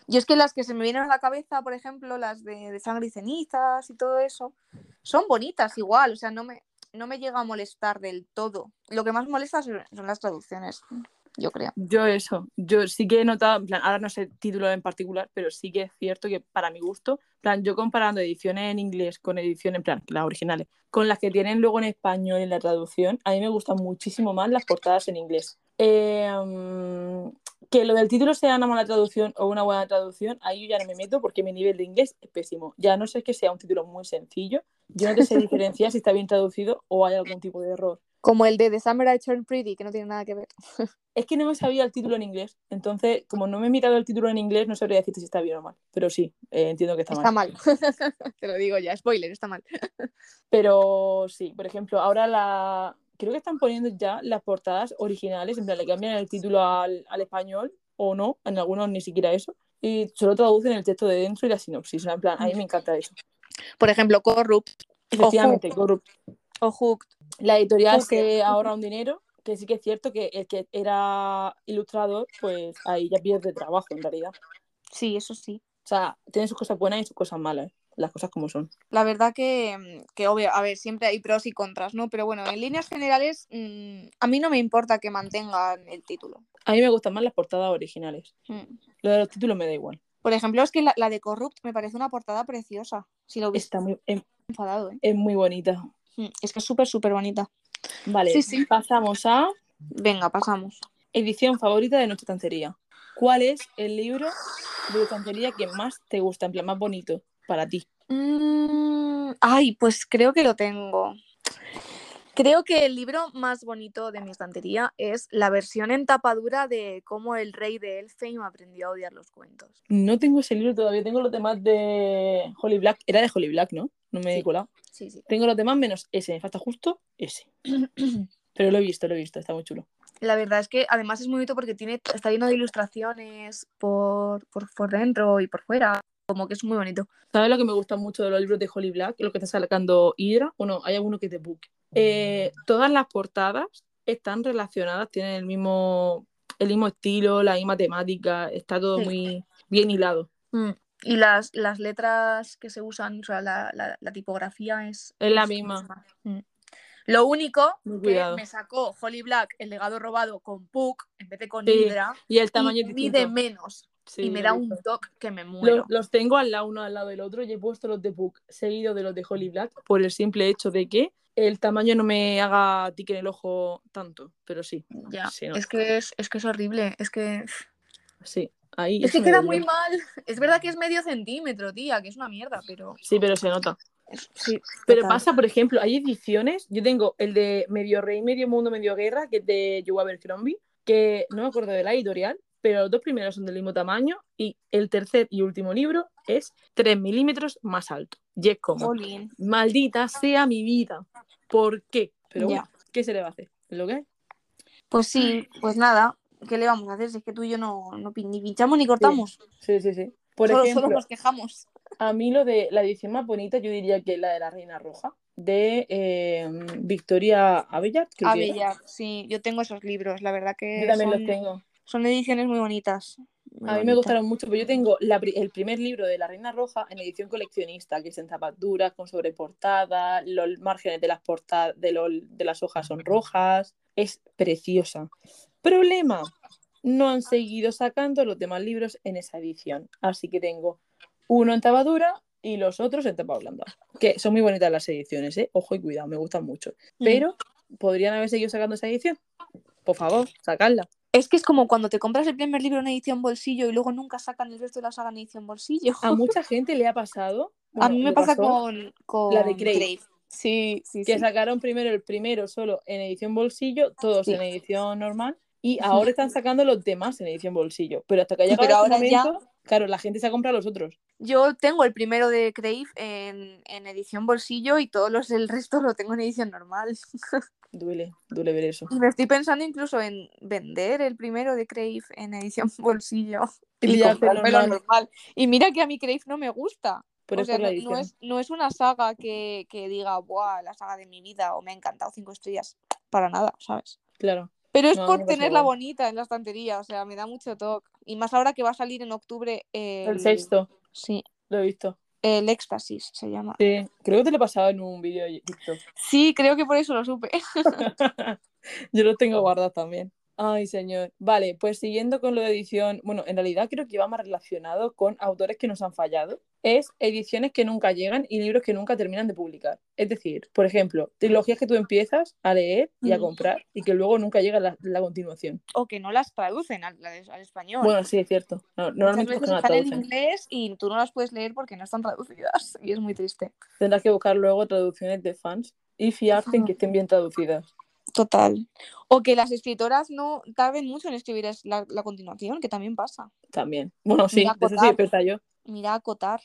C: Yo es que las que se me vienen a la cabeza, por ejemplo, las de, de sangre y cenizas y todo eso, son bonitas igual, o sea, no me, no me llega a molestar del todo. Lo que más molesta son son las traducciones, yo creo.
B: Yo eso, yo sí que he notado, en plan, ahora no sé título en particular, pero sí que es cierto que para mi gusto, en plan, yo comparando ediciones en inglés con ediciones, en plan, las originales, con las que tienen luego en español en la traducción, a mí me gustan muchísimo más las portadas en inglés. Eh, mm, que lo del título sea una mala traducción o una buena traducción, ahí yo ya no me meto porque mi nivel de inglés es pésimo. Ya a no sé que sea un título muy sencillo, yo no te sé diferenciar si está bien traducido o hay algún tipo de error.
C: Como el de The Summer I Turned Pretty, que no tiene nada que ver.
B: Es que no me sabía el título en inglés. Entonces, como no me he mirado el título en inglés, no sabría decirte si está bien o mal. Pero sí, eh, entiendo que está,
C: Está
B: mal.
C: mal. Te lo digo ya, spoiler, está mal.
B: Pero sí, por ejemplo, ahora la. Creo que están poniendo ya las portadas originales, en plan, le cambian el título al, al español o no, en algunos ni siquiera eso, y solo traducen el texto de dentro y la sinopsis. En plan, a mí me encanta eso.
C: Por ejemplo, Corrupt
B: Efectivamente, Corrupt.
C: o Hooked.
B: La editorial
C: Ok.
B: se ahorra un dinero, que sí que es cierto que el que era ilustrador, pues ahí ya pierde trabajo en realidad.
C: Sí, eso sí.
B: O sea, tiene sus cosas buenas y sus cosas malas, las cosas como son.
C: La verdad que, mm, que obvio, a ver, siempre hay pros y contras, ¿no? Pero bueno, en líneas generales, mm, a mí no me importa que mantengan el título.
B: A mí me gustan más las portadas originales.
C: Mm.
B: Lo de los títulos me da igual.
C: Por ejemplo, es que la, la de Corrupt me parece una portada preciosa. Si lo hubiese
B: Está muy, es,
C: enfadado, ¿eh?
B: es muy bonita.
C: Mm, Es que es súper, súper bonita.
B: Vale,
C: Sí, sí.
B: pasamos a
C: Venga, pasamos.
B: edición favorita de nuestra estantería. ¿Cuál es el libro de tu estantería que más te gusta, en plan más bonito para ti?
C: Mm, ay, pues creo que lo tengo. Creo que el libro más bonito de mi estantería es la versión en tapadura de cómo el rey de Elfheim aprendió a odiar los cuentos.
B: No tengo ese libro todavía, tengo los demás de Holly Black. Era de Holly Black, ¿no? No me he
C: Sí.
B: colado.
C: Sí, sí.
B: Tengo los demás menos ese, me falta justo ese. Pero lo he visto, lo he visto, está muy chulo.
C: La verdad es que además es muy bonito porque tiene, está lleno de ilustraciones por, por, por dentro y por fuera. Como que es muy bonito.
B: ¿Sabes lo que me gusta mucho de los libros de Holly Black? Lo que está sacando Hydra. Bueno, hay alguno que es de Book. Eh, todas las portadas están relacionadas, tienen el mismo, el mismo estilo, la misma temática. Está todo
C: Sí.
B: muy bien hilado.
C: Mm. Y las, las letras que se usan, o sea, la, la- la tipografía es...
B: Es la misma.
C: Mm. Lo único
B: Muy
C: que
B: cuidado.
C: me sacó Holly Black el legado robado con Puck en vez de con
B: Sí,
C: Hydra
B: Y el tamaño
C: y
B: es
C: me
B: distinto.
C: mide menos
B: Sí,
C: y me
B: lo
C: da
B: he
C: un
B: visto.
C: toque que me
B: Lo-
C: muero.
B: los tengo al lado uno al lado del otro y he puesto los de Book seguido de los de Holly Black por el simple hecho de que el tamaño no me haga tique en el ojo tanto, pero sí,
C: Ya,
B: Sí, no.
C: es que es, es que es horrible, es que
B: sí, ahí
C: es que
B: eso me
C: queda
B: dolió.
C: muy mal. Es verdad que es medio centímetro, tía, que es una mierda, pero
B: Sí, pero se nota.
C: sí.
B: Pero
C: total.
B: pasa, por ejemplo, hay ediciones. Yo tengo el de Medio Rey, Medio Mundo, Medio Guerra, que es de Joe Abercrombie, que no me acuerdo de la editorial, pero los dos primeros son del mismo tamaño y el tercer y último libro es 3 milímetros más alto. Y es como,
C: Jolín.
B: maldita sea mi vida. ¿Por qué? Pero bueno,
C: Ya.
B: ¿qué se le va a hacer? ¿Es lo que hay?
C: Pues sí, pues nada, ¿qué le vamos a hacer? Si es que tú y yo no, no pin- ni pinchamos ni cortamos,
B: Sí, sí, sí. Por
C: solo,
B: ejemplo,
C: solo nos quejamos.
B: a mí lo de la edición más bonita, yo diría que la de la Reina Roja, de eh, Victoria Avellard. creo
C: A
B: que era.
C: ver, ya, sí, yo tengo esos libros, la verdad que
B: Yo también
C: son,
B: los tengo.
C: son ediciones muy bonitas. muy
B: A mí me
C: bonitas.
B: gustaron mucho, pero yo tengo la pri- el primer libro de La Reina Roja en edición coleccionista, que es en tapas duras, con sobreportada, los márgenes de las, portadas, de, los- de las hojas son rojas. Es preciosa. Problema, no han seguido sacando los demás libros en esa edición. Así que tengo uno en tapa dura y los otros en tapa blanda. Que son muy bonitas las ediciones, ¿eh? Ojo y cuidado, me gustan mucho.
C: Mm.
B: Pero, ¿podrían haber seguido sacando esa edición? Por favor, sacadla.
C: Es que es como cuando te compras el primer libro en edición bolsillo y luego nunca sacan el resto de la saga en edición bolsillo.
B: A mucha gente le ha pasado.
C: a
B: bueno,
C: mí me
B: le
C: pasa
B: pasó,
C: con, con
B: la de Crave.
C: Sí, sí,
B: que
C: sí.
B: sacaron primero el primero solo en edición bolsillo, todos
C: Sí.
B: en edición normal, y ahora están sacando los demás en edición bolsillo. Pero hasta que ha llegado
C: Pero
B: este
C: ahora ya-
B: momento, claro, la gente se ha comprado los otros.
C: Yo tengo el primero de Crave en, en edición bolsillo y todos los del resto lo tengo en edición normal.
B: Duele, duele ver eso.
C: Y me estoy pensando incluso en vender el primero de Crave en edición bolsillo.
B: Y
C: Y,
B: ya
C: comprármelo
B: normal.
C: normal. Y mira que a mí Crave no me gusta.
B: Por
C: O
B: eso
C: sea,
B: la
C: no, no
B: edición.
C: es, no es una saga que, que diga, ¡buah! La saga de mi vida o me ha encantado cinco estrellas. Para nada, ¿sabes?
B: Claro.
C: Pero es
B: No, a mí me
C: por
B: pasa
C: tenerla
B: igual.
C: bonita en la estantería, o sea, me da mucho toque. Y más ahora que va a salir en octubre el,
B: El sexto,
C: Sí,
B: lo he visto.
C: el éxtasis se llama.
B: Sí, creo que te lo he pasado en un vídeo de TikTok.
C: Sí, creo que por eso lo supe.
B: Yo los tengo guardados también. Ay, señor. Vale, pues siguiendo con lo de edición, bueno, en realidad creo que va más relacionado con autores que nos han fallado. Es ediciones que nunca llegan y libros que nunca terminan de publicar. Es decir, por ejemplo, trilogías que tú empiezas a leer y a
C: Mm.
B: comprar y que luego nunca llega la, la continuación.
C: O que no las traducen al, al español.
B: Bueno, sí, es cierto.
C: Ah.
B: No,
C: Muchas
B: normalmente es
C: veces
B: que no la
C: están en
B: traducen.
C: inglés y tú no las puedes leer porque no están traducidas y es muy triste.
B: Tendrás que buscar luego traducciones de fans y fiarte en
C: Ujú.
B: que estén bien traducidas.
C: Total. O que las escritoras no tarden mucho en escribir es- la, la continuación, que también pasa.
B: También. Bueno, sí,
C: Mira,
B: de eso sí,
C: acotar.
B: experta yo.
C: Mira, acotar.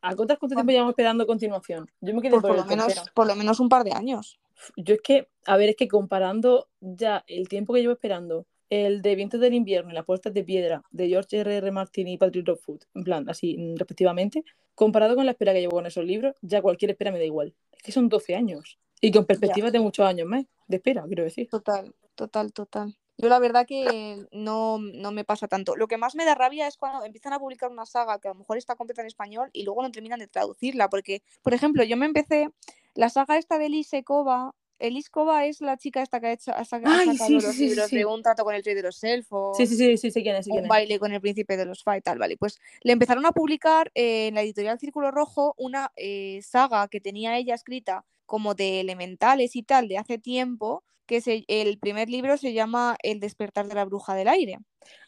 B: ¿A cuántas cuánto tiempo llevamos esperando continuación? Yo me quedé
C: Pues
B: por
C: por
B: el
C: lo menos,
B: tercero.
C: por lo menos un par de años.
B: Yo es que, a ver, es que comparando ya el tiempo que llevo esperando, el de Vientos del Invierno y Las Puertas de Piedra de George R. R. Martin y Patrick Rothfuss, en plan, así mm, respectivamente, comparado con la espera que llevo con esos libros, ya cualquier espera me da igual. Es que son 12 años. Y con perspectivas de muchos años más de espera, quiero decir.
C: Total, total, total. Yo la verdad que no, no me pasa tanto. Lo que más me da rabia es cuando empiezan a publicar una saga que a lo mejor está completa en español y luego no terminan de traducirla. Porque, por ejemplo, yo me empecé la saga esta de Elise Kova. Elise Kova es la chica esta que ha, hecho, ha saca- ha
B: Ay,
C: sacado
B: sí, sí,
C: los
B: sí, sí,
C: libros
B: sí.
C: de un trato con el rey de los elfos,
B: Sí, sí, sí, sí, sé quién es, sé quién
C: un
B: es.
C: baile con el príncipe de los fa y tal, vale. Pues le empezaron a publicar eh, en la editorial Círculo Rojo una eh, saga que tenía ella escrita como de elementales y tal de hace tiempo, que se- el primer libro se llama El despertar de la bruja del aire.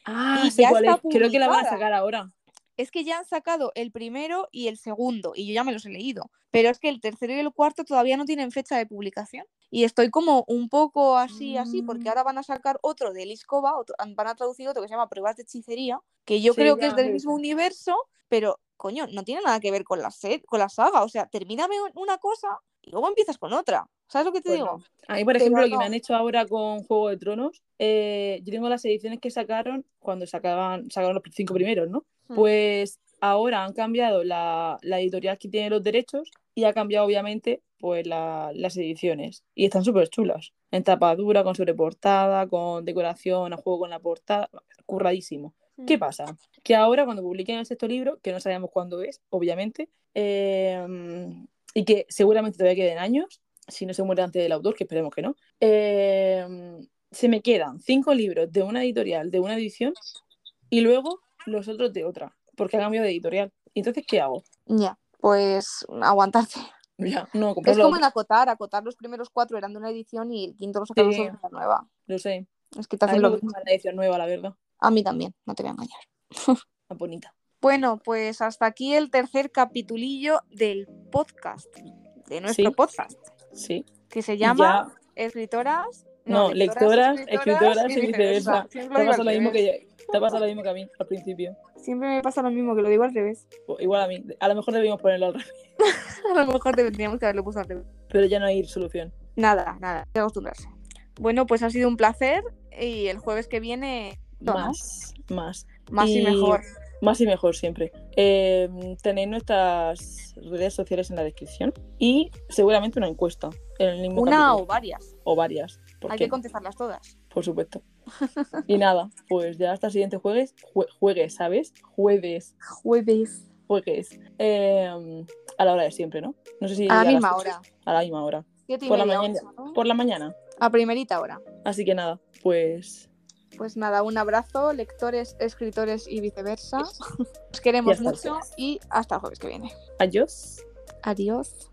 B: Ah,
C: Y
B: sé
C: ya
B: cuál es.
C: está
B: Creo que la van a
C: publicada.
B: sacar ahora.
C: Es que ya han sacado el primero y el segundo, y yo ya me los he leído, pero es que el tercero y el cuarto todavía no tienen fecha de publicación. Y estoy como un poco así, así,
B: Mm.
C: porque ahora van a sacar otro de Liscova, otro, van a traducir otro que se llama Pruebas de Hechicería, que yo
B: Sí,
C: creo
B: ya
C: que es
B: lo
C: del
B: he
C: mismo
B: visto.
C: universo, pero coño, no tiene nada que ver con la, se- con la saga. O sea, termíname un- una cosa y luego empiezas con otra. ¿Sabes lo que te
B: Pues
C: digo?
B: no. A mí, por
C: Pero
B: ejemplo, lo que
C: no.
B: me han hecho ahora con Juego de Tronos, eh, yo tengo las ediciones que sacaron cuando sacaban, sacaron los cinco primeros, ¿no?
C: Hmm.
B: Pues ahora han cambiado la, la editorial que tiene los derechos y ha cambiado, obviamente, pues la- las ediciones. Y están súper chulas. En tapa dura, con sobreportada, con decoración, a juego con la portada, curradísimo.
C: Mm,
B: ¿Qué pasa? Que ahora cuando publiquen el sexto libro, que no em, sabemos cuándo es, obviamente, eh, y que seguramente todavía queden años, si no se muere antes del autor, que esperemos que no. Eh, se me quedan cinco libros de una editorial, de una edición, y luego los otros de otra, porque ha cambiado de editorial. Entonces, ¿qué hago?
C: Ya, pues aguantarte.
B: Ya, no,
C: Es
B: comprar los
C: como en acotar, acotar los primeros cuatro eran de una edición y el quinto lo sacamos
B: Sí.
C: de una nueva.
B: Lo sé.
C: Es que te
B: A mí
C: hacen
B: me
C: lo
B: gusta
C: mismo.
B: más la edición nueva, la verdad.
C: A mí también, no te voy a engañar.
B: Más bonita.
C: Bueno, pues hasta aquí el tercer capitulillo del podcast, de nuestro
B: Sí.
C: podcast,
B: Sí.
C: que se
B: Y
C: llama
B: ya-
C: Escritoras.
B: No, lectoras, escritoras y viceversa.
C: Siempre,
B: Te
C: lo digo
B: pasa
C: al
B: lo mismo
C: revés.
B: que te pasa lo mismo que a mí al principio.
C: Siempre me pasa lo mismo, que lo digo al revés.
B: O- Igual a mí. A lo mejor debíamos ponerlo al revés,
C: A lo mejor tendríamos que haberlo puesto al revés.
B: pero ya no hay solución.
C: Nada, nada, hay que acostumbrarse. Bueno, pues ha sido un placer y el jueves que viene No, ¿no?
B: Más, más.
C: más y,
B: Y-
C: mejor.
B: Más y mejor siempre. Eh, tenéis nuestras redes sociales en la descripción y seguramente una encuesta en el mismo
C: Una
B: capítulo.
C: o varias.
B: o varias,
C: Hay
B: porque,
C: que contestarlas todas.
B: por supuesto. Y nada, pues ya hasta el siguiente jueves, jue- juegues, ¿sabes? Jueves,
C: Jueves.
B: juegues. Eh, a la hora de siempre, ¿no? No sé si
C: A la
B: las
C: misma
B: ocho.
C: hora.
B: A la misma hora.
C: Siete y
B: Por la
C: media,
B: mañana.
C: ocho, ¿no?
B: Por la mañana.
C: A primerita hora.
B: Así que nada, pues
C: Pues nada, un abrazo, lectores, escritores y viceversa. Os queremos
B: Ya está.
C: mucho y hasta el jueves que viene.
B: adiós.
C: Adiós.